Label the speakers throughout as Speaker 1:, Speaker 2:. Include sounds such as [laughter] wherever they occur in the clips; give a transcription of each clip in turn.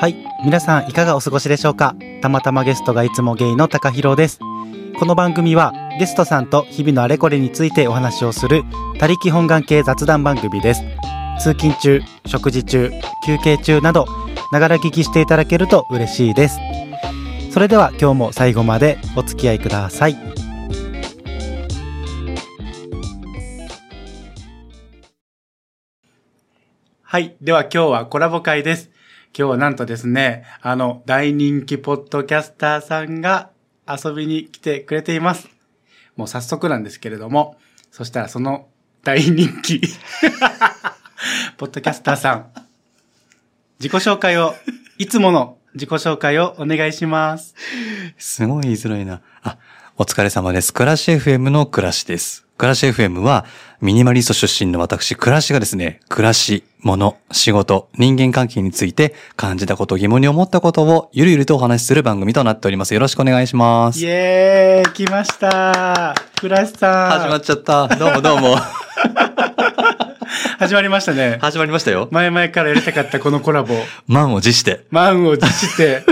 Speaker 1: はい皆さんいかがお過ごしでしょうかたまたまゲストがいつもゲイの高博ですこの番組はゲストさんと日々のあれこれについてお話をする他力本願系雑談番組です通勤中食事中休憩中などながら聞きしていただけると嬉しいですそれでは今日も最後までお付き合いくださいはい。では今日はコラボ会です。今日はなんとですね、あの、大人気ポッドキャスターさんが遊びに来てくれています。もう早速なんですけれども、そしたらその大人気、 [laughs] ポッドキャスターさん、自己紹介を、いつもの自己紹介をお願いします。
Speaker 2: すごい言いづらいな。あ、お疲れ様です。暮らし FM の暮らしです。暮らし FM は、ミニマリスト出身の私、暮らしがですね、暮らし、物、仕事、人間関係について感じたこと、疑問に思ったことをゆるゆるとお話しする番組となっております。よろしくお願いします。
Speaker 1: イ
Speaker 2: 始
Speaker 1: エーイ来ました倉らしさん
Speaker 2: まっちゃった。どうもどうも。
Speaker 1: 始まりましたね。
Speaker 2: [laughs] 始まりましたよ。
Speaker 1: 前々からやりたかったこのコラボ。
Speaker 2: 満を持して。
Speaker 1: 満を持
Speaker 2: [laughs]
Speaker 1: して。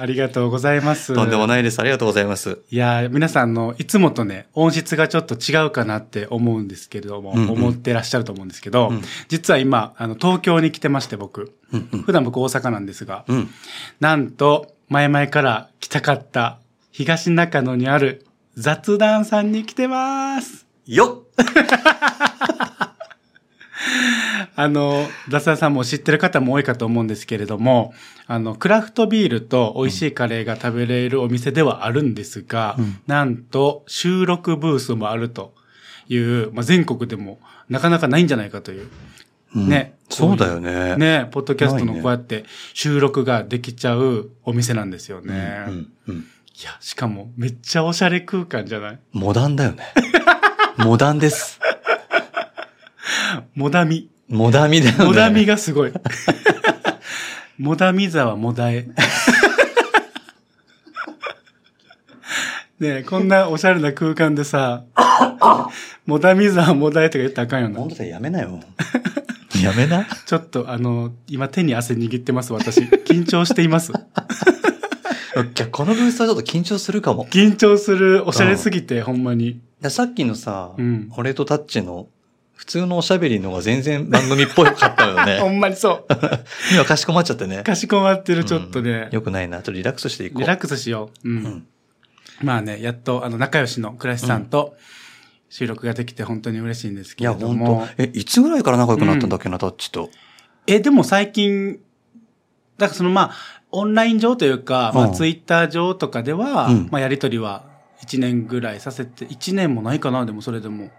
Speaker 1: ありがとうございます。
Speaker 2: とんで
Speaker 1: い。
Speaker 2: もないです。ありがとうございます。
Speaker 1: いやー皆さんあの、いつもとね、音質がちょっと違うかなって思うんですけれども、
Speaker 2: うんうん
Speaker 1: 思ってらっしゃると思うんですけど、
Speaker 2: うん
Speaker 1: 実は今、あの、東京に来てまして、僕。
Speaker 2: うんうん
Speaker 1: 普段僕大阪なんですが、
Speaker 2: うん。
Speaker 1: なんと、前々から来たかった、東中野にある雑談さんに来てます。
Speaker 2: よっ
Speaker 1: あの、雑談さんも知ってる方も多いかと思うんですけれども、あの、クラフトビールと美味しいカレーが食べれるお店ではあるんですが、
Speaker 2: うん
Speaker 1: なんと収録ブースもあるという、まあ、全国でもなかなかないんじゃないかという、
Speaker 2: うん
Speaker 1: ね
Speaker 2: そうだよね。
Speaker 1: ね、ポッドキャストの
Speaker 2: ないね
Speaker 1: こうやって収録ができちゃうお店なんですよ
Speaker 2: うん
Speaker 1: ね。
Speaker 2: う
Speaker 1: い
Speaker 2: んうん。
Speaker 1: や、しかもめっちゃおしゃれ空間じゃない
Speaker 2: モダンだよね。モダンです。
Speaker 1: モダミ。
Speaker 2: モダミだよね。
Speaker 1: モダミがす [laughs] ごい。モダミ沢モダエ。ねえ、こんなおしゃれな空間でさ、モダミ沢モダエとか言ったらあかんよ
Speaker 2: 本
Speaker 1: な。
Speaker 2: 当だよやめ
Speaker 1: [laughs]
Speaker 2: なよ。やめな。
Speaker 1: ちょっとあの、今手に汗握ってます、私。緊張しています。
Speaker 2: いやこのブースはちょっと緊張するかも。い
Speaker 1: 緊張する、おしゃれすぎて、ほんまに。
Speaker 2: やさっきのさ、
Speaker 1: うん
Speaker 2: 俺とタッチの普通のおしゃべりのが全然番組っぽかったよ
Speaker 1: ほ [laughs]
Speaker 2: ね。
Speaker 1: んまにそう。
Speaker 2: 今かしこまっちゃってね。
Speaker 1: かしこまってる、ちょっとね。
Speaker 2: よくないな。ちょっとリラックスしていこう。
Speaker 1: リラックスしよう。うん
Speaker 2: うん。
Speaker 1: まあね、やっと、あの、仲良しの倉石さんと収録ができて本当に嬉しいんです
Speaker 2: い
Speaker 1: けれ
Speaker 2: や、
Speaker 1: ど
Speaker 2: 本
Speaker 1: も。
Speaker 2: 当え、いつぐらいから仲良くなったんだっけな、タッチと。
Speaker 1: え、でも最近、だからそのまあ、オンライン上というか、まあ、
Speaker 2: うん
Speaker 1: ツイッター上とかでは、
Speaker 2: うん
Speaker 1: まあ、やりとりは1年ぐらいさせて、1年もないかな、でもそれでも。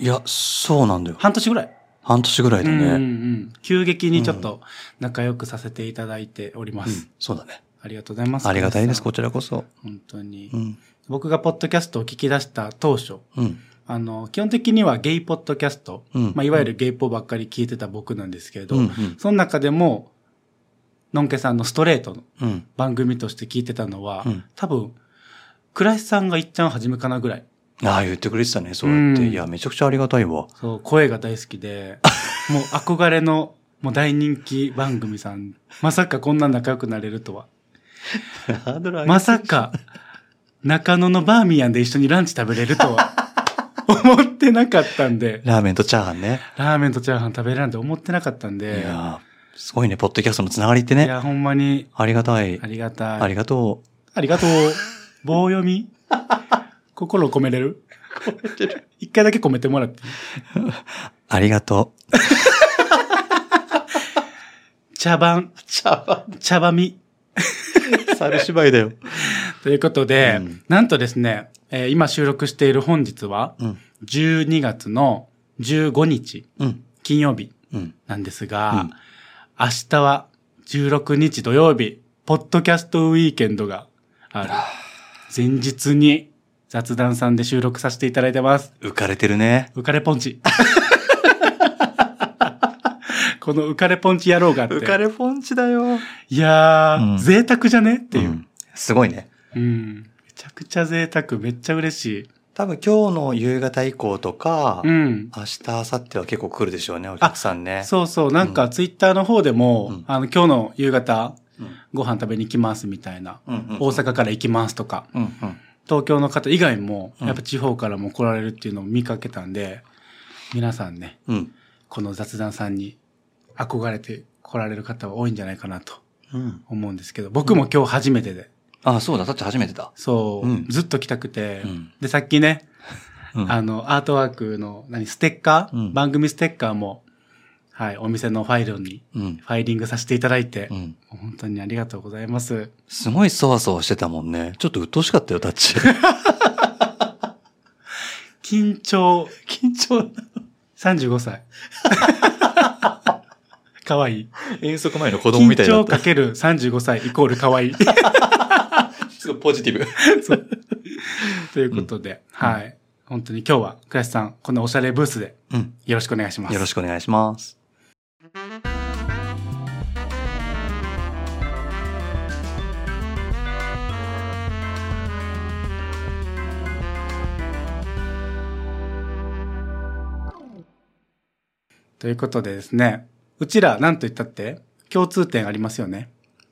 Speaker 2: いや、そうなんだよ。
Speaker 1: 半年ぐらい。
Speaker 2: 半年ぐらいだ
Speaker 1: うんうんう
Speaker 2: ね。
Speaker 1: ん。急激にちょっと仲良くさせていただいておりま
Speaker 2: う
Speaker 1: す
Speaker 2: ん。そうだね。
Speaker 1: ありがとうございます。
Speaker 2: ありがたいです、
Speaker 1: 皆
Speaker 2: こ
Speaker 1: さ
Speaker 2: ちらこそ。
Speaker 1: ん本当に、
Speaker 2: うん。
Speaker 1: 僕がポッドキャストを聞き出した当初、
Speaker 2: うん。
Speaker 1: あの、基本的にはゲイポッドキャスト、
Speaker 2: うん。
Speaker 1: まあ、いわゆるゲイポばっかり聞いてた僕なんですけれど、
Speaker 2: うん、うん。
Speaker 1: その中でも、のんけさんのストレートの
Speaker 2: うん。
Speaker 1: 番組として聞いてたのは、
Speaker 2: うん
Speaker 1: 多分、倉石さんがいっちゃん初めかなぐらい。
Speaker 2: ああ、言ってくれてたね、そうやって。
Speaker 1: うん
Speaker 2: いや、めちゃくちゃありがた
Speaker 1: [laughs]
Speaker 2: いわ。
Speaker 1: そう、声が大好き [laughs] で、もう憧れの、もう大人気番組さん。まさかこんな仲良くなれるとは。
Speaker 2: ハードル上げ
Speaker 1: まさか、中野のバーミヤンで一緒にランチ食べれると [laughs] は、思ってなかったんで、
Speaker 2: ラーメンとチャーハンね。
Speaker 1: ラーメンとチャーハン食べれるなんて思ってなかったん
Speaker 2: い
Speaker 1: で、いや、
Speaker 2: やーすごいね、ポッドキャストのつながりってね。
Speaker 1: ほんまに、
Speaker 2: ありがたい
Speaker 1: あ。りがたい。
Speaker 2: ありがと。
Speaker 1: ありがとう。棒読 [laughs] み心を [laughs] 込めれる一回だけ込めてもらっていいう
Speaker 2: ありがとう。
Speaker 1: 茶番、
Speaker 2: 茶番。
Speaker 1: 茶番み。
Speaker 2: 猿芝居だよ。
Speaker 1: ということで、
Speaker 2: うん
Speaker 1: なんとですね、えー今収録している本日は、
Speaker 2: うん。
Speaker 1: 12月の15日、
Speaker 2: うん。
Speaker 1: 金曜日
Speaker 2: うん。
Speaker 1: なんですが、
Speaker 2: うん
Speaker 1: 明日は16日土曜日、ポッドキャストウィーケンドがある。前日に雑談さんで収録させていただいてます。
Speaker 2: 浮かれてるね。
Speaker 1: 浮かれポン
Speaker 2: [laughs]
Speaker 1: チ。この浮かれポンチ野郎があって。
Speaker 2: れポンチだよ。っ
Speaker 1: いやー、
Speaker 2: うん
Speaker 1: 贅沢じゃねってて
Speaker 2: い
Speaker 1: いうう、
Speaker 2: ん。すごいね。
Speaker 1: うん。めちゃくちゃ贅沢、めっちゃ嬉しい。
Speaker 2: 多分今日の夕方以降とか、
Speaker 1: うん。
Speaker 2: 明日、明後日は結構来るでしょうね、お客さんね。
Speaker 1: そうそう、なんかツイッターの方でも、
Speaker 2: うん
Speaker 1: あの、今日の夕方、
Speaker 2: うん。
Speaker 1: ご飯食べに行きますみたいな、
Speaker 2: うんうん
Speaker 1: 大阪から行きますとか、
Speaker 2: うんうん。
Speaker 1: 東京の方以外も、
Speaker 2: うん
Speaker 1: やっぱ地方からも来られるっていうのを見かけたんで、皆さんね、
Speaker 2: うん。
Speaker 1: この雑談さんに憧れて来られる方は多いんじゃないかなと
Speaker 2: うん。
Speaker 1: 思うんですけど、僕も今日初めてで、
Speaker 2: あ、そうだ、さっち初めてだ。
Speaker 1: そう、
Speaker 2: うん
Speaker 1: ずっと来たくて、
Speaker 2: うん
Speaker 1: で、さっきね、
Speaker 2: うん
Speaker 1: あの、アートワークの、何、ステッカー、
Speaker 2: うん
Speaker 1: 番組ステッカーも、はい、お店のファイルに、
Speaker 2: うん。
Speaker 1: ファイリングさせていただいて、
Speaker 2: うん。
Speaker 1: 本当にありがとうございます。
Speaker 2: すごいそわそわしてたもんね。ちょっと鬱陶しかったよ、タッ
Speaker 1: [laughs]
Speaker 2: チ。
Speaker 1: 緊張、
Speaker 2: 緊張。
Speaker 1: 35歳。 [laughs] かわいい。
Speaker 2: 遠足前の子供みた
Speaker 1: 緊
Speaker 2: いだ
Speaker 1: 張
Speaker 2: っ
Speaker 1: かける35歳イコールかわい [laughs] い。
Speaker 2: た。すごいポジティブ。
Speaker 1: ということで、はい。本当に今日は、倉石さん、このおしゃれブースで
Speaker 2: うん。
Speaker 1: よろしくお願いします。
Speaker 2: よろしくお願いします。
Speaker 1: ということでですね、うちら何と言ったって共通点ありますよね。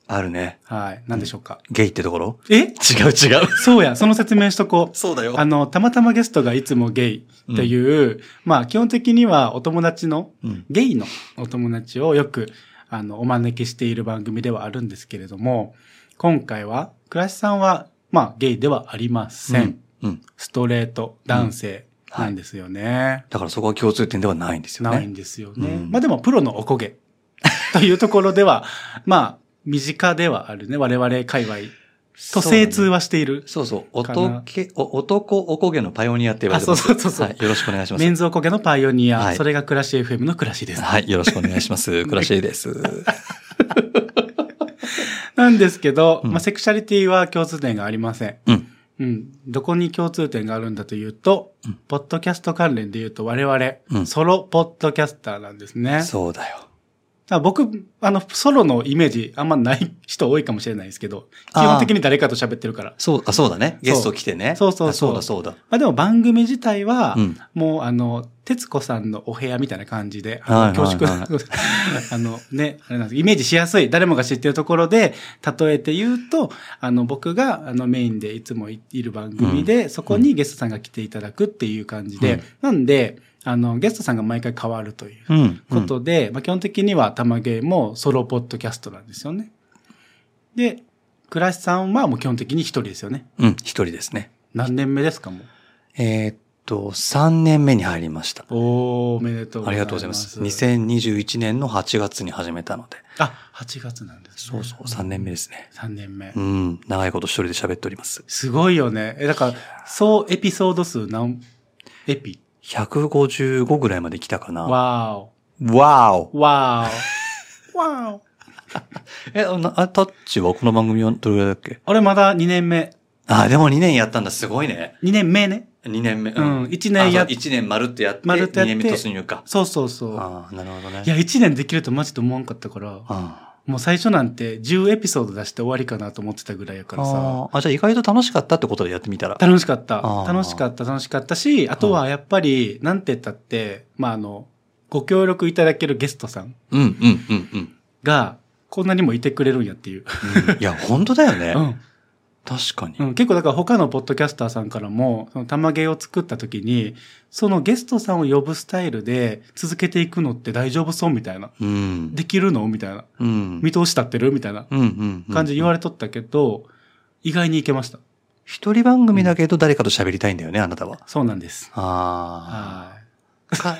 Speaker 2: あるね。
Speaker 1: はい。何でしょうか。
Speaker 2: ゲイってところ
Speaker 1: え [laughs]
Speaker 2: 違う違う。
Speaker 1: そうや、その説明しとこう。
Speaker 2: そうだよ
Speaker 1: あの、たまたまゲストがいつもゲイっていう、まあ基本的にはお友達の、
Speaker 2: うん。
Speaker 1: ゲイのお友達をよく、あの、お招きしている番組ではあるんですけれども、今回は、倉石さんは、まあゲイではありません。
Speaker 2: うん。
Speaker 1: ストレート男性なんですよね。
Speaker 2: だからそこは共通点ではないんですよね。
Speaker 1: ないんですよね。
Speaker 2: うん
Speaker 1: まあでも、プロのおこげというところでは、 [laughs] まあ、身近ではあるね。我々界隈と精通はしている。
Speaker 2: そうそう。
Speaker 1: かな
Speaker 2: 男け、お男おこげのパイオニアって言われてます。
Speaker 1: あそうそうそうそう
Speaker 2: はい。よろしくお願いしま
Speaker 1: メ
Speaker 2: す。
Speaker 1: ンズおこげのパイオニア。
Speaker 2: はい
Speaker 1: それが暮らし FM の暮らしです。
Speaker 2: はい。よろしくお願いします。暮らし
Speaker 1: [laughs]
Speaker 2: いです。
Speaker 1: なんですけど、
Speaker 2: うん
Speaker 1: まあ、セクシャリティは共通点がありません。
Speaker 2: うん。
Speaker 1: うん。どこに共通点があるんだというと、
Speaker 2: うん
Speaker 1: ポッドキャスト関連で言うと我々、
Speaker 2: うん
Speaker 1: ソロポッドキャスターなんですね。
Speaker 2: そうだよ。
Speaker 1: だから僕、あの、ソロのイメージあんまない人多いかもしれないですけど、基
Speaker 2: あー
Speaker 1: 本的に誰かと喋ってるから。
Speaker 2: そう、あ、そうだね。ゲスト来てね。
Speaker 1: そうそうそう
Speaker 2: あそうだ、そう
Speaker 1: まあでも番組自体は、
Speaker 2: だ。うん。
Speaker 1: もうあの、徹子さんのお部屋みたいな感じで、
Speaker 2: は
Speaker 1: あ
Speaker 2: い
Speaker 1: の恐縮 [laughs]
Speaker 2: はい
Speaker 1: な、あのね、あれなんですイメージしやすい、誰もが知ってるところで、例えて言うと、あの、僕があのメインでいつもいいる番組で、そこにゲストさんが来ていただくっていう感じで、
Speaker 2: うん
Speaker 1: なんで、あの、ゲストさんが毎回変わるという
Speaker 2: うん。
Speaker 1: こ
Speaker 2: うん
Speaker 1: とで、まあ基本的には玉芸もソロポッドキャストなんですよね。で、倉石さんはもう基本的に一人ですよね。
Speaker 2: うん。一人ですね。
Speaker 1: 何年目ですかもう。
Speaker 2: えーっと、3年目に入りました。
Speaker 1: おーおめでとうご
Speaker 2: あ
Speaker 1: ざい
Speaker 2: り
Speaker 1: ます。
Speaker 2: がとうございます。2021年の8月に始めたので。
Speaker 1: あ、8月なんです、
Speaker 2: そうそう、3年目ですね。
Speaker 1: 3年目
Speaker 2: う。ん。長いこと一人で喋っております。
Speaker 1: すごいよね。え、だから、そうエピソード数何、エピ
Speaker 2: 155ぐらいまで来たかな。
Speaker 1: わ
Speaker 2: わお
Speaker 1: ーお。わ
Speaker 2: [laughs]
Speaker 1: ーお。わーお。
Speaker 2: え、なあタッチはこの番組はどれぐらいだっけ
Speaker 1: 俺まだ2年目。
Speaker 2: あ、でも2年やったんだ。すごいね。
Speaker 1: 2年目ね。
Speaker 2: 2年目。
Speaker 1: うん。1年やっ、
Speaker 2: 1年まるっとやって、
Speaker 1: まるっとや
Speaker 2: 2
Speaker 1: って
Speaker 2: 年目突入か。
Speaker 1: そうそうそう。
Speaker 2: ああ、なるほどね。
Speaker 1: いや、1年できるとマジで思わんかったから、
Speaker 2: あ
Speaker 1: もう最初なんて10エピソード出して終わりかなと思ってたぐらいやからさ。
Speaker 2: あーあ、じゃあ意外と楽しかったってことでやってみたら。
Speaker 1: 楽しかった
Speaker 2: あ。ー
Speaker 1: 楽しかった、楽しかったし、あとはやっぱり、なんて言ったって、まあ、あの、ご協力いただけるゲストさん
Speaker 2: うん、うん、うん、うん。
Speaker 1: が、こんなにもいてくれるんやっていう。
Speaker 2: いや、本当だよね。
Speaker 1: うん。
Speaker 2: 確かに。
Speaker 1: うん、結構だから他のポッドキャスターさんからも、その玉芸を作った時に、そのゲストさんを呼ぶスタイルで続けていくのって大丈夫そうみたいな。
Speaker 2: うん。
Speaker 1: できるのみたいな。
Speaker 2: うん。
Speaker 1: 見通し立ってるみたいな
Speaker 2: うん、うん。
Speaker 1: 感じ言わ
Speaker 2: れ
Speaker 1: れとったけど、意外にいけました。
Speaker 2: 一人番組だけど誰かと喋りたいんだよね、あなたは。
Speaker 1: そうなんです。
Speaker 2: あ
Speaker 1: は
Speaker 2: あ。か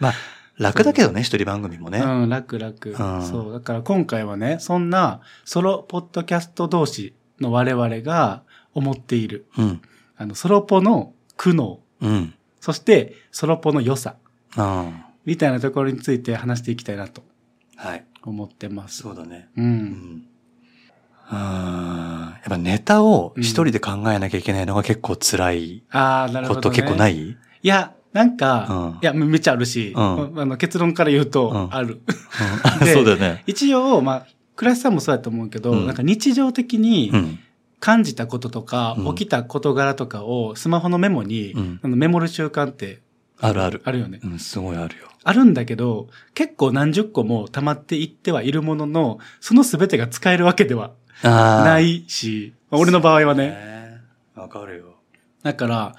Speaker 2: まあ、楽だけどね、一人番組も
Speaker 1: い。
Speaker 2: ね。
Speaker 1: うん、楽楽、
Speaker 2: うん
Speaker 1: そう。だから今回はね、そんなソロポッドキャスト同士の我々が思っている、
Speaker 2: うん。
Speaker 1: あの、ソロポの苦悩、
Speaker 2: うん。
Speaker 1: そしてソロポの良さ、
Speaker 2: あ
Speaker 1: みたいなところについて話していきたいなと
Speaker 2: あ。はい。
Speaker 1: 思ってます。
Speaker 2: そうだね。
Speaker 1: う。
Speaker 2: うんん。あーやっぱネタを一人で考えなきゃいけないのが結構辛い
Speaker 1: ああ、なるほ
Speaker 2: こ
Speaker 1: ど、ね。
Speaker 2: と結構ないい
Speaker 1: いや、なんか、
Speaker 2: う
Speaker 1: い
Speaker 2: ん
Speaker 1: や、めめっちゃあるし、
Speaker 2: うん
Speaker 1: あの結論から言うと、
Speaker 2: うん
Speaker 1: ある。
Speaker 2: うん
Speaker 1: で
Speaker 2: そうだよね。
Speaker 1: 一応、まあ、倉石さんもそうやと思うけど、
Speaker 2: うん
Speaker 1: なんか日常的に
Speaker 2: うん。
Speaker 1: 感じたこととか、
Speaker 2: うん
Speaker 1: 起きた事柄とかをスマホのメモに、
Speaker 2: うん
Speaker 1: あのメモる習慣って
Speaker 2: あるある。
Speaker 1: あるよね。
Speaker 2: うん、すごいあるよ。
Speaker 1: あるんだけど、結構何十個も溜まっていってはいるものの、その全てが使えるわけでは
Speaker 2: あー
Speaker 1: ないし、まあ俺の場合はね。
Speaker 2: ね。わかるよ。
Speaker 1: だから、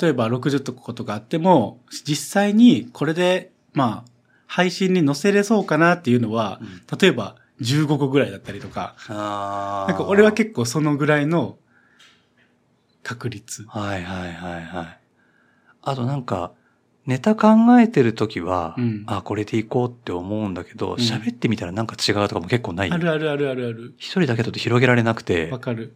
Speaker 1: 例えば60ことがあっても、実際にこれで、まあ、配信に載せれそうかなっていうのは、例えば15個ぐらいだったりとか、
Speaker 2: ああ。
Speaker 1: なんか俺は結構そのぐらいの確率。
Speaker 2: はいはいはいはい。あとなんか、ネタ考えてるときは、
Speaker 1: うん
Speaker 2: あ、これでいこうって思うんだけど、
Speaker 1: ん
Speaker 2: 喋、ってみたらなんか違うとかも結構ない
Speaker 1: あ。るあるあるあるある。
Speaker 2: 一人だけだと広げられなくて
Speaker 1: わ、かる。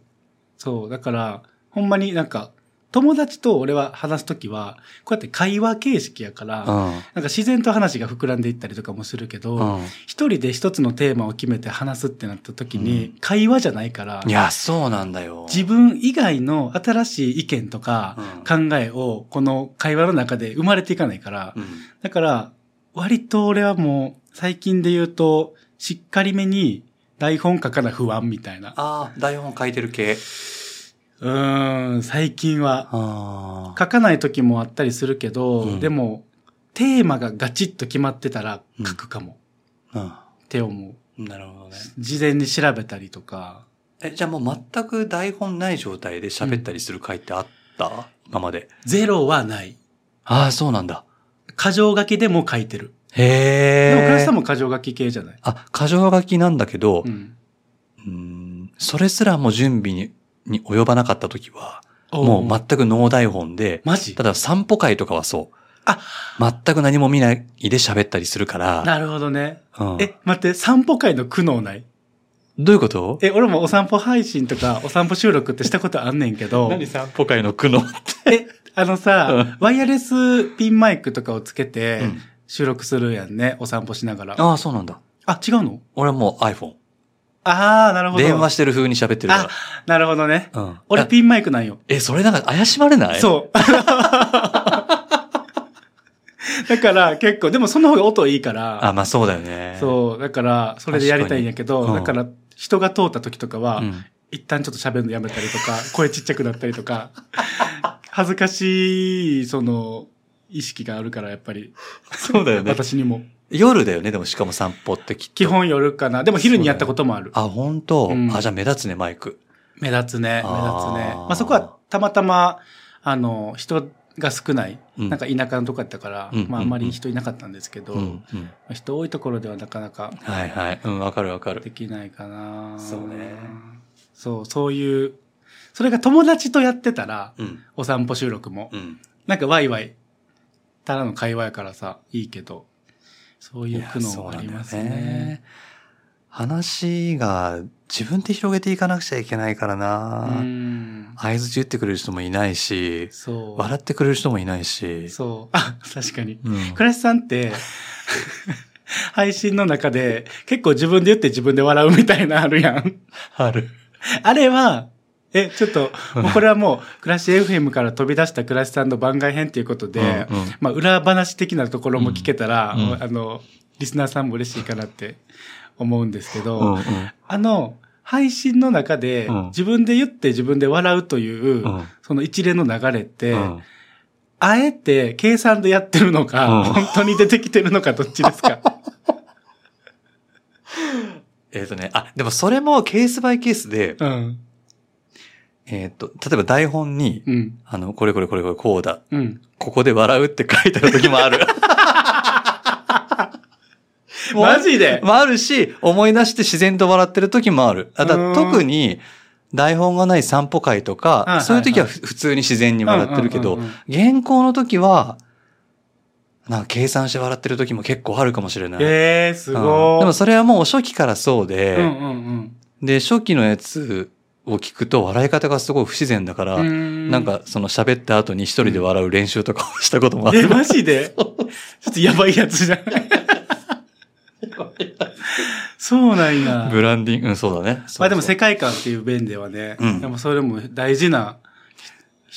Speaker 1: そう。だから、ほんまになんか、友達と俺は話すときは、こうやって会話形式やから、
Speaker 2: う
Speaker 1: なん
Speaker 2: ん。
Speaker 1: か自然と話が膨らんでいったりとかもするけど、
Speaker 2: うん。
Speaker 1: 一人で一つのテーマを決めて話すってなった時に、
Speaker 2: う
Speaker 1: 会話じゃないから
Speaker 2: い、や、そうなんだよ。
Speaker 1: 自分以外の新しい意見とか
Speaker 2: うん
Speaker 1: 考えをこの会話の中で生まれていかないから、
Speaker 2: うん。
Speaker 1: だから割と俺はもう最近で言うとしっかりめに台本書かな不安みたいな。
Speaker 2: ああ、台本書いてる系。
Speaker 1: うーん、最近は
Speaker 2: ああ。
Speaker 1: 書かない時もあったりするけど、
Speaker 2: うん
Speaker 1: でもテーマがガチッと決まってたら
Speaker 2: うん
Speaker 1: 書くかも
Speaker 2: う
Speaker 1: って思う。
Speaker 2: ん。なるほどね。
Speaker 1: 事前に調べたりとか。
Speaker 2: え、じゃあもう全く台本ない状態で喋ったりする回ってあった、今まで。
Speaker 1: ゼロはない。
Speaker 2: ああ、そうなんだ。
Speaker 1: 過剰書きでも書いてる。
Speaker 2: へえ。
Speaker 1: でも、倉石さんも過剰書き系じゃない、
Speaker 2: あ、箇条書きなんだけど、
Speaker 1: うん、
Speaker 2: うーんそれすらも準備にに及ばなかった時は、もう全くノー台本で、
Speaker 1: マジ
Speaker 2: ただ散歩会とかはそう。
Speaker 1: あ
Speaker 2: 全く何も見ないで喋ったりするから、
Speaker 1: なるほどね。
Speaker 2: うん
Speaker 1: え、待って、散歩会の苦悩ない
Speaker 2: どういうこと
Speaker 1: え、俺もお散歩配信とかお散歩収録ってしたことあんねんけど、
Speaker 2: 散歩会の苦悩
Speaker 1: え、あのさ、ワイヤレスピンマイクとかをつけて
Speaker 2: うん
Speaker 1: 収録するやんね、お散歩しながら。
Speaker 2: ああ、そうなんだ。
Speaker 1: あ、違うの
Speaker 2: 俺はもう iPhone。
Speaker 1: あー、なるほど。
Speaker 2: 電話
Speaker 1: し
Speaker 2: してる風に喋ってる
Speaker 1: あ
Speaker 2: か、
Speaker 1: なるほどね。
Speaker 2: ら。うん、
Speaker 1: 俺
Speaker 2: あ
Speaker 1: ピンマイクなんよ。
Speaker 2: え、それなんか怪しまれない [laughs]
Speaker 1: そう。だから結構、でもその方が音いいから。
Speaker 2: あ、まあそうだよね。
Speaker 1: そう、だから、それでやりたいんやけど、
Speaker 2: 確か
Speaker 1: だ
Speaker 2: に
Speaker 1: から、人が通った時とかは、
Speaker 2: うん
Speaker 1: 一旦ちょっと喋るのやめたりとか、声ちっちゃくなったりとか、 [laughs] 恥ずかしい、その、意識があるから、やっぱり、
Speaker 2: そうだよね。
Speaker 1: 私にも。
Speaker 2: 夜だよね、でもしかも散歩ってきっと
Speaker 1: 基本夜かな。でも昼にやったこともある。
Speaker 2: あ、本当、
Speaker 1: うん
Speaker 2: あ、じゃあ目立つね、マイク。
Speaker 1: 目立つね、目立つね。
Speaker 2: あー
Speaker 1: まあそこは、たまたま、あの、人が少ない、
Speaker 2: うん
Speaker 1: なんか田舎のとこやったから、
Speaker 2: うん
Speaker 1: まああんまり人いなかったんですけど、
Speaker 2: うん、うん。
Speaker 1: まあ人多いところではなかなか
Speaker 2: はいはい。うん、わかるわかる。
Speaker 1: できないかな
Speaker 2: そうね
Speaker 1: そうそういうそれが友達とやってたら
Speaker 2: うん。
Speaker 1: お散歩収録も
Speaker 2: うん。
Speaker 1: なんかワイワイただの会話やからさいいけどそういう苦悩はありますね
Speaker 2: いやそうなんだよね話が自分で広げていかなくちゃいけないから
Speaker 1: う
Speaker 2: な。
Speaker 1: ん
Speaker 2: 合図打ってくれる人もいないし、
Speaker 1: そう
Speaker 2: 笑ってくれる人もいないし。
Speaker 1: そうあ確かに
Speaker 2: うん
Speaker 1: 倉石さんって配信の中で結構自分で言って自分で笑うみたいなのあるやん
Speaker 2: ある。
Speaker 1: あれは、え、ちょっと、もうこれはもう、暮らし FM から飛び出した暮らしさんの番外編っていうことで、
Speaker 2: うんうん
Speaker 1: まあ、裏話的なところも聞けたら、
Speaker 2: うんうん
Speaker 1: あの、リスナーさんも嬉しいかなって思うんですけど、
Speaker 2: うんうん。
Speaker 1: あの、配信の中で、
Speaker 2: うん
Speaker 1: 自分で言って自分で笑うという、
Speaker 2: うん
Speaker 1: その一連の流れって、
Speaker 2: うん
Speaker 1: あえて計算でやってるのか、
Speaker 2: うん
Speaker 1: 本当に出てきてるのか、どっちです
Speaker 2: [laughs]
Speaker 1: か
Speaker 2: えっ、とね、あ、でもそれもケースバイケースで、
Speaker 1: うん。
Speaker 2: えっ、と、例えば台本に、
Speaker 1: うん。
Speaker 2: あの、これこれこれこれこうだ。
Speaker 1: うん。
Speaker 2: ここで笑うって書いてある時もある。
Speaker 1: [laughs] マジで
Speaker 2: [laughs] もあるし、思い出して自然と笑ってる時もある。あだ
Speaker 1: うーん
Speaker 2: 特に、台本がない散歩会とか、
Speaker 1: いはいはい
Speaker 2: そういう時はふ普通に自然に笑ってるけど、
Speaker 1: うんうんうん
Speaker 2: 原稿の時は、なんか計算して笑ってる時も結構あるかもしれない。
Speaker 1: えー、すご
Speaker 2: うん
Speaker 1: い。
Speaker 2: でもそれはもう初期からそうで、
Speaker 1: うんうんうん。
Speaker 2: で、初期のやつを聞くと笑い方がすごい不自然だから、な、
Speaker 1: なん
Speaker 2: かその喋った後に一人で笑う練習とかをしたこともある。
Speaker 1: え、マジ
Speaker 2: [laughs]
Speaker 1: でちょっとやばいやつじゃん。 [laughs] そうなんや。
Speaker 2: ブランディング、うん、そうだね。
Speaker 1: まあでも
Speaker 2: そう
Speaker 1: 世界観っていう面ではね、
Speaker 2: うん
Speaker 1: でもそれも大事な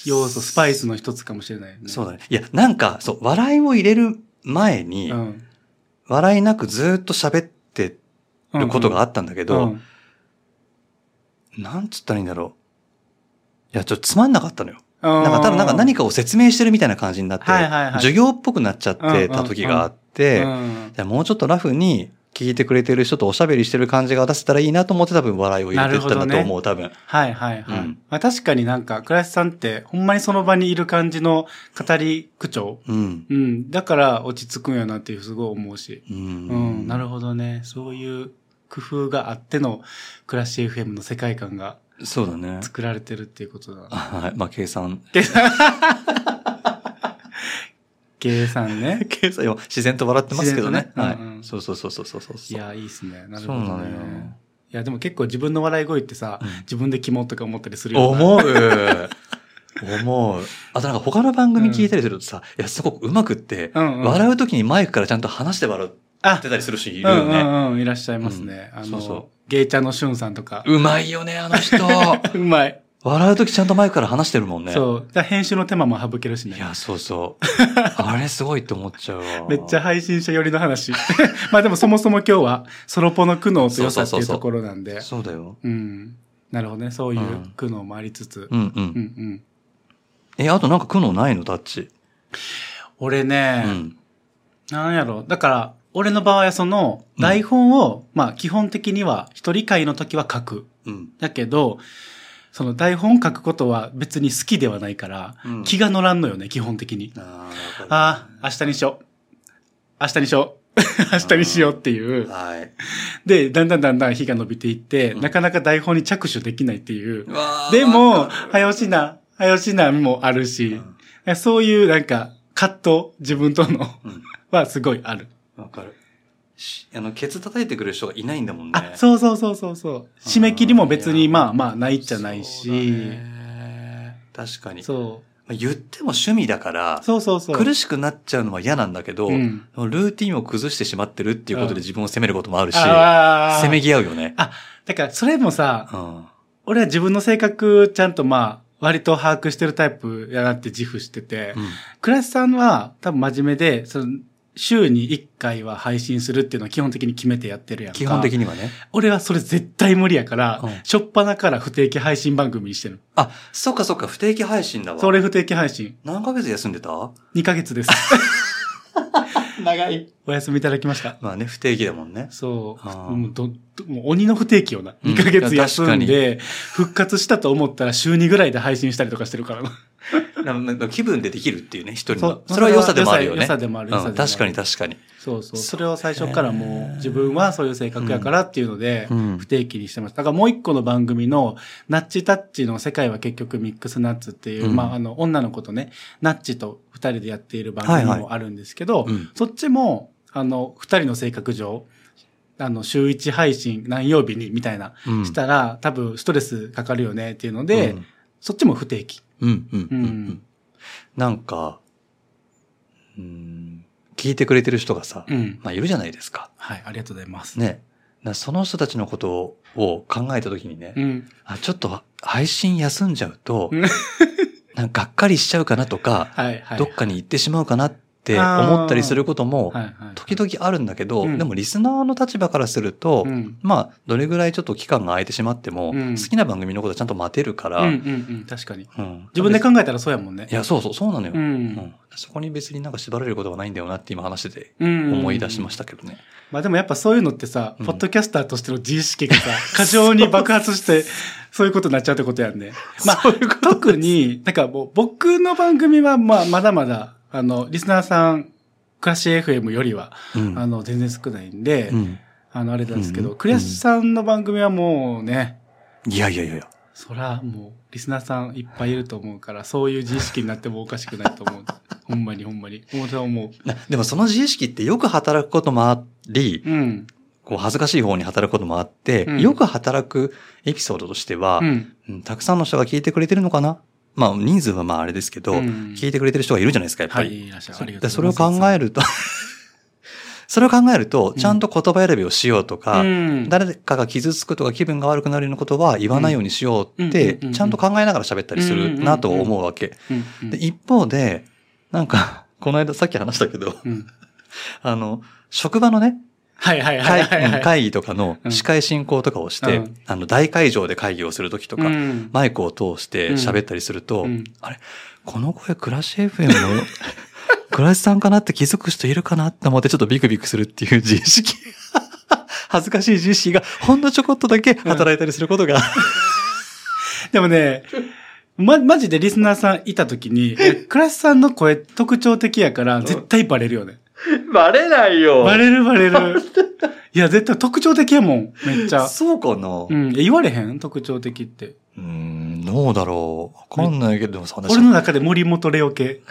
Speaker 1: 要素、スパイスの一つかもしれないよね。
Speaker 2: そうだね。いや、なんか、そう、笑いを入れる前に、
Speaker 1: うん。
Speaker 2: 笑いなくずーっと喋って
Speaker 1: うん。
Speaker 2: ることが
Speaker 1: あ
Speaker 2: あったんだけど、なんつったらいいんだろう。いや、ちょっとつまんなかったのよ。
Speaker 1: な
Speaker 2: なんか多分なんか何かを説明してるみたいな感じになって、
Speaker 1: はいはいはい
Speaker 2: 授業っぽくなっちゃってた時があって、
Speaker 1: うん
Speaker 2: じゃあもうちょっとラフに聞いてくれてる人とおしゃべりしてる感じが出せたらいいなと思って多分笑いを入れてったんだと
Speaker 1: なる
Speaker 2: 思
Speaker 1: ほ
Speaker 2: う、多分。
Speaker 1: はいはいはい。
Speaker 2: うん
Speaker 1: まあ、確かになんか、倉石さんって、ほんまにその場にいる感じの語り口調。
Speaker 2: うん。
Speaker 1: うん。だから落ち着くんやなっていうすごい思うし。
Speaker 2: う
Speaker 1: うん、なる
Speaker 2: ほ
Speaker 1: ほどね。そういう工夫があっての、クラッシュ FM の世界観が
Speaker 2: ど。そうだね。
Speaker 1: 作られてるっていうことだな。
Speaker 2: はい。まあ、計算。。
Speaker 1: ゲイさんね
Speaker 2: [laughs] 計算よ。自然と笑ってますけどね。
Speaker 1: 自然とねうん
Speaker 2: は
Speaker 1: う
Speaker 2: い。
Speaker 1: ん
Speaker 2: そうそうそうそうそうそう。
Speaker 1: いや、いいっすね。なる
Speaker 2: そ
Speaker 1: ほ
Speaker 2: うな
Speaker 1: ど
Speaker 2: のよ。
Speaker 1: ね。いや、でも結構自分の笑い声ってさ、
Speaker 2: うん
Speaker 1: 自分で肝とか思ったりするよな。
Speaker 2: 思う。思う。あとなんか他の番組聞いたりするとさ、いや、すごくうまくって、
Speaker 1: うんうん
Speaker 2: 笑うときにマイクからちゃんと話して笑
Speaker 1: あ
Speaker 2: ってたりする人いる
Speaker 1: う
Speaker 2: よ
Speaker 1: んう
Speaker 2: ね。
Speaker 1: んうん、いらっしゃいますね。
Speaker 2: うん
Speaker 1: あの、
Speaker 2: そうそ
Speaker 1: ゲイちゃんのしゅんさんとか。
Speaker 2: うまいよね、あの
Speaker 1: [laughs]
Speaker 2: 人。
Speaker 1: うまい。
Speaker 2: 笑うときちゃんとマイクから話してるもんね。
Speaker 1: そう。だから編集の手間も省けるしね
Speaker 2: い。や、そう
Speaker 1: [laughs]
Speaker 2: そう。あれすごいって思っちゃうわ。
Speaker 1: めっちゃ配信者寄りの話。 [laughs] まあでもそもそも今日はソロポの苦悩と良さっていうところなんで。
Speaker 2: そうだよ。
Speaker 1: うん。なるほどね。そういう苦悩もありつつ。
Speaker 2: うんう
Speaker 1: うん
Speaker 2: ん。
Speaker 1: うん。
Speaker 2: え、あとなんか苦悩ないのタッチ。
Speaker 1: 俺
Speaker 2: う
Speaker 1: ね、
Speaker 2: ん。
Speaker 1: なんやろ。だから、俺の場合はその
Speaker 2: うん
Speaker 1: 台本を、まあ基本的には一人会の時は書く。
Speaker 2: うん。
Speaker 1: だけど、その台本書くことは別に好きではないから、
Speaker 2: うん
Speaker 1: 気が乗らんのよね、基本的に。
Speaker 2: あーわ
Speaker 1: ああ、明日にしよう。明日にしよう。明日にしようっていう。
Speaker 2: かるはい。
Speaker 1: で、だんだんだんだん日が伸びていって、
Speaker 2: うん
Speaker 1: なかなか台本に着手できないっていう。
Speaker 2: うわー
Speaker 1: で、も、早押しな、早押しなもある
Speaker 2: う
Speaker 1: し、
Speaker 2: ん、
Speaker 1: そういうなんか、葛藤、自分との [laughs]
Speaker 2: うん
Speaker 1: はすごいある。
Speaker 2: わかる。しあの、ケツ叩いてくれる人がいないんだもんね。
Speaker 1: あ、そうそうそうそうそう。締め切りも別
Speaker 2: い
Speaker 1: に
Speaker 2: や
Speaker 1: まあまあないじゃ
Speaker 2: そうだ
Speaker 1: ない
Speaker 2: ね
Speaker 1: し、。
Speaker 2: 確かに。ま
Speaker 1: そ
Speaker 2: あ言っても趣味だから
Speaker 1: う。、そうそうそう。
Speaker 2: 苦しくなっちゃうのは嫌なんだけど、
Speaker 1: うん
Speaker 2: ルーティンを崩してしまってるっていうことで
Speaker 1: うん
Speaker 2: 自分を責めることもあるし、
Speaker 1: あー
Speaker 2: せめぎ合うよね。
Speaker 1: だからそれもさ、
Speaker 2: うん。
Speaker 1: 俺は自分の性格ちゃんとまあ、割と把握してるタイプやなって自負してて、倉石さんは多分真面目で、その、週に1回は配信するっていうのは基本的に決めてやってるやんか。
Speaker 2: 基本的
Speaker 1: に。
Speaker 2: にはね。
Speaker 1: 俺はそれ絶対無理やから、
Speaker 2: うん
Speaker 1: しょっぱなから不定期配信番組にしてる。
Speaker 2: あ、そっかそっか、不定期配信だわ。
Speaker 1: それ不定期配信。
Speaker 2: 何ヶ月休んでた
Speaker 1: 2ヶ月です。
Speaker 2: [laughs] 長い。
Speaker 1: お休みいただきました。
Speaker 2: まあね、不定期だもんね。
Speaker 1: そ
Speaker 2: あー
Speaker 1: う。もうどどもう鬼の不定期よな。
Speaker 2: うん
Speaker 1: 2ヶ月休んで、復活したと思ったら週2ぐらいで配信したりとかしてるからな。
Speaker 2: なんなんか気分でできるっていうね、一人
Speaker 1: そう
Speaker 2: の。それは良さでもあるよね。
Speaker 1: 良さでもある良さでもあ
Speaker 2: うん
Speaker 1: る
Speaker 2: 確かに確かに。
Speaker 1: そうそう。
Speaker 2: そ
Speaker 1: そうれを最初からもう自分はそういう性格やからっていうので
Speaker 2: う、ん
Speaker 1: 不定期にしてます。だからもう一個の番組の、ナッチタッチの世界は結局ミックスナッツっていう、
Speaker 2: うん
Speaker 1: まああの、女の子とね、ナッチと二人でやっている番組もあるんですけど、
Speaker 2: うん
Speaker 1: そっちも、あの、二人の性格上、あの、週一配信何曜日にみたいな、
Speaker 2: うん
Speaker 1: したら多分ストレスかかるよねっていうので、
Speaker 2: うん
Speaker 1: そっちも不定期。
Speaker 2: うんうんうんう
Speaker 1: うんん。
Speaker 2: なんか、うん、聞いてくれてる人がさ、
Speaker 1: うん。
Speaker 2: まあいるじゃないですか。
Speaker 1: はい、ありがとうございます。
Speaker 2: ね。なその人たちのことを考えたときにね、
Speaker 1: うん。
Speaker 2: あ、ちょっと配信休んじゃうと
Speaker 1: うん、
Speaker 2: [laughs] なんかがっかりしちゃうかなとか、
Speaker 1: はい、はい。
Speaker 2: どっかに行ってしまうかなって思ったりすることも
Speaker 1: はい、はい。
Speaker 2: 時々あるんだけど、
Speaker 1: うん
Speaker 2: でもリスナーの立場からすると、
Speaker 1: うん
Speaker 2: まあ、どれぐらいちょっと期間が空いてしまっても、
Speaker 1: うん
Speaker 2: 好きな番組のことはちゃんと待てるから、
Speaker 1: うんうんうん、確かに。
Speaker 2: うん
Speaker 1: 自分で考えたらそうやもんね
Speaker 2: い。や、そうそう、そうなのよ。
Speaker 1: う。
Speaker 2: うんんそこに別になんか縛られることがないんだよなって今話してて
Speaker 1: うん。。
Speaker 2: 思い出しましたたけどね。
Speaker 1: まあでもやっぱそういうのってさ、
Speaker 2: うん
Speaker 1: ポッドキャスターとしての自意識が
Speaker 2: [laughs]
Speaker 1: さ、過剰に爆発して、そういうことになっちゃうってことやんね。まあ、特に、なんかもう僕の番組はまあまだまだ、あの、リスナーさん、クラシ FM よりは、
Speaker 2: うん
Speaker 1: あの、全然少ないんで、
Speaker 2: うん
Speaker 1: あの、あれなんですけ
Speaker 2: う
Speaker 1: ど、
Speaker 2: ん
Speaker 1: クリアシさんの番組はもうね、
Speaker 2: いやいやいやいや。
Speaker 1: そらもう、リスナーさんいっぱいいると思うから、そういう自意識になってもおかしくないと
Speaker 2: [laughs]
Speaker 1: 思う。ほんまにほんまに。本当は思う。
Speaker 2: なでもその自意識ってよく働くこともあり、
Speaker 1: うん。
Speaker 2: こう恥ずかしい方に働くこともあって、
Speaker 1: うん
Speaker 2: よく働くエピソードとしては、
Speaker 1: うん。
Speaker 2: うんたくさんの人が聞いてくれてるのかなまあ人数はまああれですけど、
Speaker 1: うん
Speaker 2: 聞いてくれてる人がいるじゃないですか、やっぱ
Speaker 1: は
Speaker 2: り。
Speaker 1: い、いらっしゃい。ありがと
Speaker 2: で
Speaker 1: う
Speaker 2: それを考え
Speaker 1: る
Speaker 2: るとそれを考えると、ちゃんと言葉選びをしようとか、
Speaker 1: うん、
Speaker 2: 誰かが傷つくとか気分が悪くなるようなことは言わないようにしようって、
Speaker 1: うんうんうんうん
Speaker 2: ちゃんと考えながら喋ったりするなと思うわけ。
Speaker 1: うんうん
Speaker 2: で一方で、なんか、この間さっき話したけど、
Speaker 1: うん
Speaker 2: あの、職場のね、
Speaker 1: はいはいはい
Speaker 2: 会
Speaker 1: はいは
Speaker 2: う
Speaker 1: い。
Speaker 2: ん会議とかの司会進行とかをして、
Speaker 1: うん
Speaker 2: あの、大会場で会議をするときとか、
Speaker 1: うん
Speaker 2: マイクを通して喋ったりすると、
Speaker 1: うんうん
Speaker 2: あれ、この声、クラシ FM の、 [laughs] クラシさんかなって気づく人いるかなって思って、ちょっとビクビクするっていう自意識。 [laughs] 恥ずかしい自意識が、ほんのちょこっとだけ働いたりすることが、
Speaker 1: でもね、ま、マジでリスナーさんいた時
Speaker 2: [laughs]
Speaker 1: に、えクラスさんの声特徴的やから、絶対バレるよね。
Speaker 2: バレないよ
Speaker 1: バレるバレる。
Speaker 2: [laughs]
Speaker 1: いや、絶対特徴的やもん、めっちゃ。
Speaker 2: そうかな、
Speaker 1: う
Speaker 2: う、
Speaker 1: んん。え言われへん特徴的って。
Speaker 2: ん、どうだろう。わかんないけど、でもさ、私
Speaker 1: 俺の中で森本レオ系。
Speaker 2: [laughs]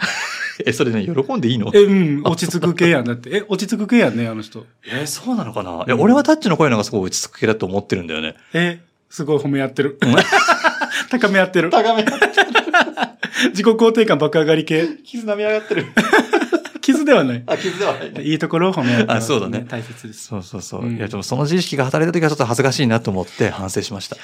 Speaker 2: え、それね、喜んでいいの
Speaker 1: え、うん、落ち着く系やん。だって、え、落ち着く系やんね、あの人。
Speaker 2: えーそうなのかないや、俺はタッチの声なんかすごい落ち着く系だと思ってるんだよね。
Speaker 1: え、すごい褒め合ってる。 [laughs] 高め合ってる。
Speaker 2: 高め、
Speaker 1: 自己肯定感爆上がり系。
Speaker 2: 傷舐め上がってる。
Speaker 1: 傷ではない。
Speaker 2: [laughs] あ、傷ではない。
Speaker 1: いいところを褒め合ってます
Speaker 2: あそうだね
Speaker 1: 大切です。
Speaker 2: そうそうそう。
Speaker 1: うん
Speaker 2: いや、でもその自意識が働いた時はちょっと恥ずかしいなと思って反省しました。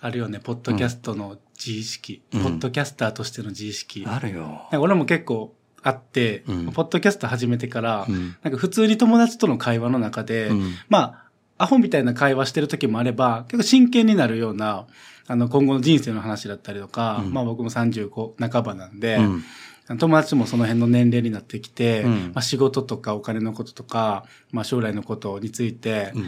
Speaker 1: あるよね、ポッドキャストの自意識。
Speaker 2: うん
Speaker 1: ポッドキャスターとしての自意識。
Speaker 2: あるよ。
Speaker 1: なんか俺も結構あって、
Speaker 2: うん
Speaker 1: ポッドキャスト始めてから、
Speaker 2: うん。
Speaker 1: なんか普通に友達との会話の中で、
Speaker 2: うん
Speaker 1: まあ、アホみたいな会話してる時もあれば、結構真剣になるような、あの、今後の人生の話だったりとか、
Speaker 2: うん
Speaker 1: まあ僕も35半ばなんで、
Speaker 2: うん。
Speaker 1: 友達もその辺の年齢になってきて、
Speaker 2: うん
Speaker 1: まあ仕事とかお金のこととか、まあ将来のことについて
Speaker 2: うん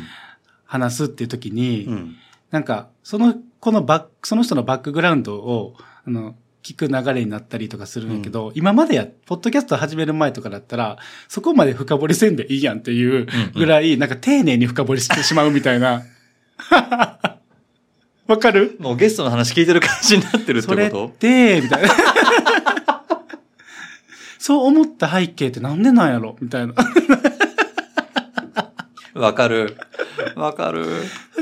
Speaker 1: 話すっていう時に、
Speaker 2: うん。
Speaker 1: なんか、その、このバック、その人のバックグラウンドを、あの、聞く流れになったりとかするんやけど、今までや、ポッドキャスト始める前とかだったら、そこまで深掘りせんでいいやんっていうぐらい、なんか丁寧に深掘りしてしまうみたいな。 [laughs] わかる
Speaker 2: もうゲストの話聞いてる感じになってるって
Speaker 1: それっ
Speaker 2: こと
Speaker 1: て、みたいな。 [laughs] そう思った背景ってなんでなんやろみたいな。 [laughs]
Speaker 2: わかる。わかる。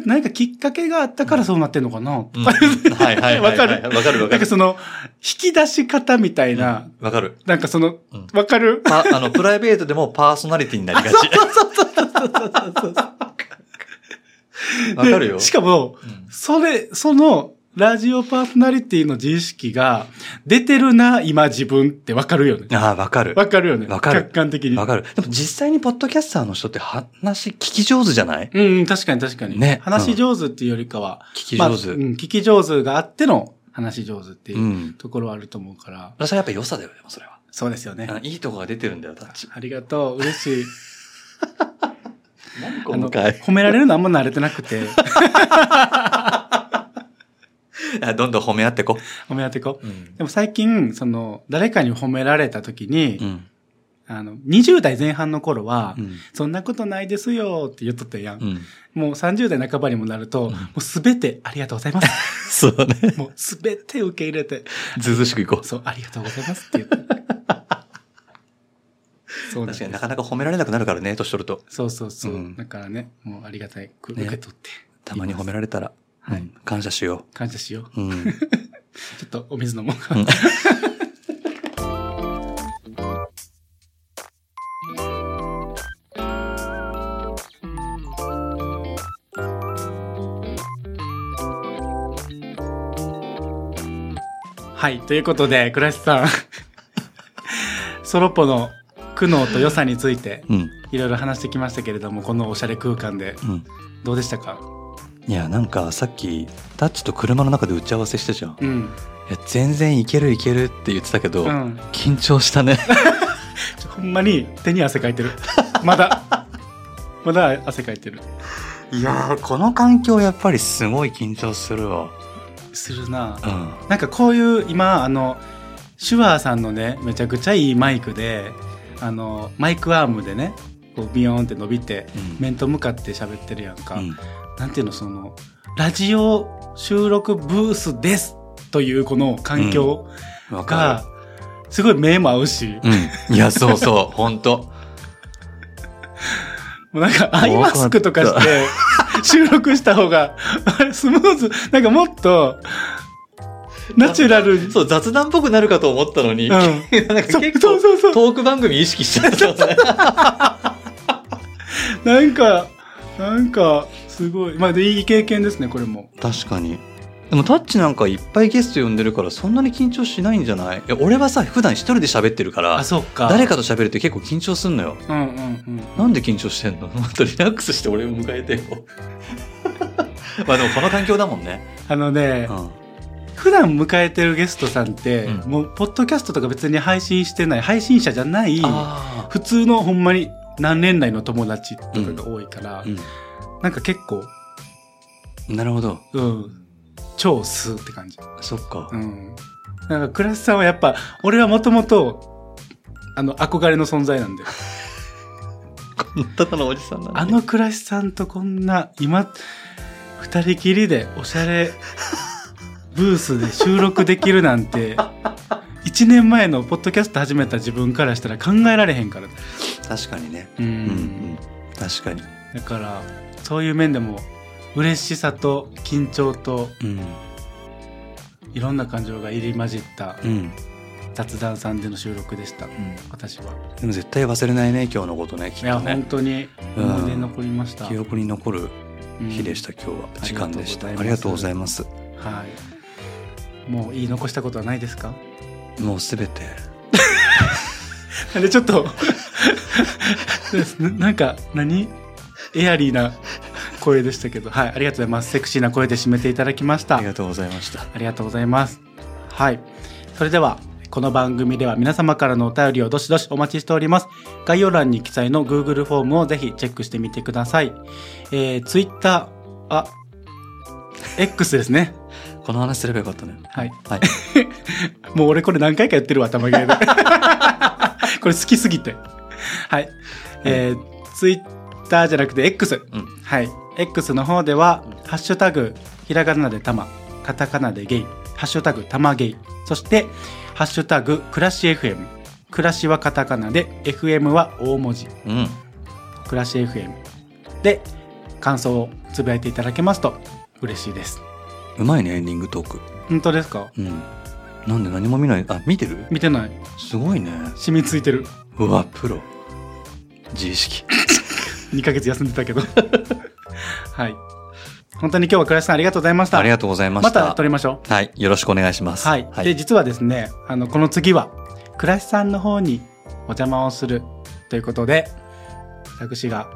Speaker 1: 何かきっかけがあったからそうなってんのかな
Speaker 2: うんはいはいはいはい。
Speaker 1: わかる
Speaker 2: わかるわ
Speaker 1: なん
Speaker 2: か
Speaker 1: か
Speaker 2: る。
Speaker 1: その、引き出し方みたいな、
Speaker 2: わかる。
Speaker 1: なんかその
Speaker 2: うん、
Speaker 1: わかる
Speaker 2: パあの、プライベートでもパーソナリティになりがち。わかるよ
Speaker 1: で。しかも、
Speaker 2: うん
Speaker 1: それ、その、ラジオパーソナリティの自意識が、出てるな、今自分ってわかるよね。
Speaker 2: ああ、わかる。
Speaker 1: わかるよね。
Speaker 2: わかる
Speaker 1: 客観的に。
Speaker 2: わかる。でも実際にポッドキャスターの人って話聞き上手じゃない
Speaker 1: うんうん、確かに確かに。
Speaker 2: ね
Speaker 1: 話し上手っていうよりかは、
Speaker 2: 聞き上手。。
Speaker 1: まあうん、聞き上手があっての話し上手っていううんところはあると思うから、
Speaker 2: 私はやっぱ良さだよ、でもそれは。
Speaker 1: そうですよね。
Speaker 2: あいいとこが出てるんだよ、タッチ。
Speaker 1: ありがとう、嬉しい。
Speaker 2: 何
Speaker 1: あの、褒められるのあんま慣れてなくて、 [laughs]
Speaker 2: あどんどん褒め合ってこ。
Speaker 1: 褒め合っていこう。
Speaker 2: うん。
Speaker 1: でも最近、その、誰かに褒められた時に、
Speaker 2: うん。
Speaker 1: あの、20代前半の頃は、
Speaker 2: うん。
Speaker 1: そんなことないですよって言っとったやん。
Speaker 2: うん。
Speaker 1: もう30代半ばにもなると、
Speaker 2: うん
Speaker 1: もうすべてありがとうございます。[laughs]
Speaker 2: [laughs] そうね。
Speaker 1: もうすべて受け入れて、
Speaker 2: ずうずうしくいこう。
Speaker 1: そう、ありがとうございますって言
Speaker 2: [laughs]
Speaker 1: って。そうなんで
Speaker 2: 確
Speaker 1: す
Speaker 2: かになかなか褒められなくなるからね、年取ると。
Speaker 1: そうそうそう。
Speaker 2: うん
Speaker 1: だからね、もうありがたい。く
Speaker 2: ね
Speaker 1: 受け取って。
Speaker 2: たまに褒められたら、
Speaker 1: はい
Speaker 2: うん感謝しよ
Speaker 1: 感謝しよ
Speaker 2: う。うん。
Speaker 1: う。ちょっとお水飲もうか。
Speaker 2: うん
Speaker 1: はい。ということで、倉石さん、ソロポの苦悩と良さについて、
Speaker 2: うん。
Speaker 1: いろいろ話してきましたけれども、このおしゃれ空間で
Speaker 2: うん。
Speaker 1: どうでしたか
Speaker 2: いや、なんかさっき、タッチと車の中で打ち合わせしたじゃん。い
Speaker 1: うん。
Speaker 2: や、全然いけるいけるって言ってたけど、
Speaker 1: うん。
Speaker 2: 緊張したね。
Speaker 1: ちょほんまに手に汗かいてる。 [laughs] まだ。まだ汗かいてる。
Speaker 2: いやー、この環境やっぱりすごい緊張するわ。
Speaker 1: するな
Speaker 2: う。ん。
Speaker 1: なんかこういう今あのシュワーさんのねめちゃくちゃいいマイクであのマイクアームでねこうビヨーンって伸びて
Speaker 2: うん
Speaker 1: 面と向かって喋ってるやんか、
Speaker 2: うん
Speaker 1: なんていうのそのラジオ収録ブースですというこの環境
Speaker 2: わか
Speaker 1: が、すごい目も合うし、
Speaker 2: る。うん。いや、そうそう、ほんと。
Speaker 1: もうなんかアイマスクとかして収録した方があれスムーズなんかもっとナチュラルに、
Speaker 2: そう、雑談っぽくなるかと思ったのに、
Speaker 1: うん、
Speaker 2: [laughs] なんか結
Speaker 1: そう
Speaker 2: 構
Speaker 1: そうそう
Speaker 2: トーク番組意識しちゃっ
Speaker 1: [laughs]
Speaker 2: たね。
Speaker 1: なんか、なんか、すごい。まあ、で、いい経験ですね、これも。
Speaker 2: 確かに。でもタッチなんかいっぱいゲスト呼んでるからそんなに緊張しないんじゃないいや俺はさ普段一人で喋ってるから
Speaker 1: あ、そうか。
Speaker 2: 誰かと喋るって結構緊張すんのよ
Speaker 1: うんうんうん。
Speaker 2: なんで緊張してんの [laughs] もっとリラックスして俺を迎えてよ [laughs] まあでもこの環境だもんね、
Speaker 1: あのね、
Speaker 2: うん、
Speaker 1: 普段迎えてるゲストさんって、
Speaker 2: うん
Speaker 1: もう、ポッドキャストとか別に配信してない、配信者じゃない、
Speaker 2: あ
Speaker 1: 普通のほんまに何年来の友達とかが多いから、
Speaker 2: ー
Speaker 1: なんか結構、
Speaker 2: うん、なるほど
Speaker 1: うん、超数って感じ。
Speaker 2: そっか、
Speaker 1: うん。なんか、倉石さんはやっぱ、俺はもともと、あの、憧れの存在なんだよ。
Speaker 2: ただのおじさんなん
Speaker 1: あの倉石さんとこんな、今、二人きりでおしゃれブースで収録できるなんて、一年前のポッドキャスト始めた自分からしたら考えられへんから。
Speaker 2: 確かにね
Speaker 1: うん。
Speaker 2: うんうん確かに
Speaker 1: だから、そういう面でも、嬉しさと緊張と
Speaker 2: うん
Speaker 1: いろんな感情が入り混じった
Speaker 2: うん
Speaker 1: 雑談さんでの収録でした。私は。
Speaker 2: でも絶対忘れないね今日のことねきっ
Speaker 1: いや、
Speaker 2: と
Speaker 1: 本
Speaker 2: ね
Speaker 1: 当に
Speaker 2: うん
Speaker 1: 思い出に残りました。
Speaker 2: 記憶に残る日でした、今日
Speaker 1: ん
Speaker 2: は時間でした
Speaker 1: あ
Speaker 2: あ
Speaker 1: り
Speaker 2: り
Speaker 1: が
Speaker 2: が
Speaker 1: と
Speaker 2: と
Speaker 1: う
Speaker 2: う
Speaker 1: ご
Speaker 2: ご
Speaker 1: ざ
Speaker 2: ざ
Speaker 1: い
Speaker 2: います
Speaker 1: うん。はい。もう言い残したことはないです
Speaker 2: [laughs]
Speaker 1: か
Speaker 2: もうすべて
Speaker 1: で、ちょっとな、なんか、何エアリーな声でしたけど、はい、ありがとうございます。セクシーな声で締めていただきました。
Speaker 2: ありがとうございました
Speaker 1: ありがとうございます。はい。それでは、この番組では皆様からのお便りをどしどしお待ちしております。概要欄に記載の Google フォームをぜひチェックしてみてください。えー、Twitter、あ、X ですね。
Speaker 2: この話すればよかったね
Speaker 1: はい。
Speaker 2: はい
Speaker 1: もう俺これ何回かやってるわ、頭ゲー [laughs] で。これ好きすぎて。はい。えー、Twitter じゃなくて X。
Speaker 2: うん
Speaker 1: はい。X の方では、ハッシュタグ、ひらがなでたま、カタカナでゲイ、ハッシュタグ、たまゲイ、そして、ハッシュタグ、暮らし FM。暮らしはカタカナで、FM は大文字、
Speaker 2: うん
Speaker 1: 暮らし FM。で、感想をつぶやいていただけますと嬉しいです。
Speaker 2: うまいねエンディングトーク
Speaker 1: 本当ですか
Speaker 2: うんなんで何も見ないあ見てる
Speaker 1: 見てない。
Speaker 2: すごいね
Speaker 1: 染みついてる。
Speaker 2: うわプロ自意識
Speaker 1: 2ヶ月休んでたけど。 [laughs] はい。本当に今日は倉石さんありがとうございました。
Speaker 2: ありがとうございま
Speaker 1: ま
Speaker 2: した
Speaker 1: た撮りましょう。
Speaker 2: はいよろしくお願いします
Speaker 1: はい、で実はですねあのこの次は倉石さんの方にお邪魔をするということで私が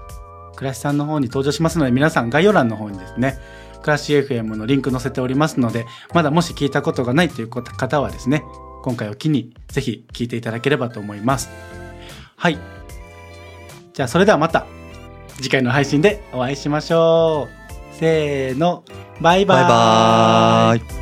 Speaker 1: 倉石さんの方に登場しますので皆さん概要欄の方にですね倉石 FM のリンク載せておりますのでまだもし聞いたことがないという方はですね今回を機にぜひ聞いていただければと思いますはいじゃあそれではまた次回の配信でお会いしましょうせーのバイバ
Speaker 2: バイ
Speaker 1: イ
Speaker 2: バーイ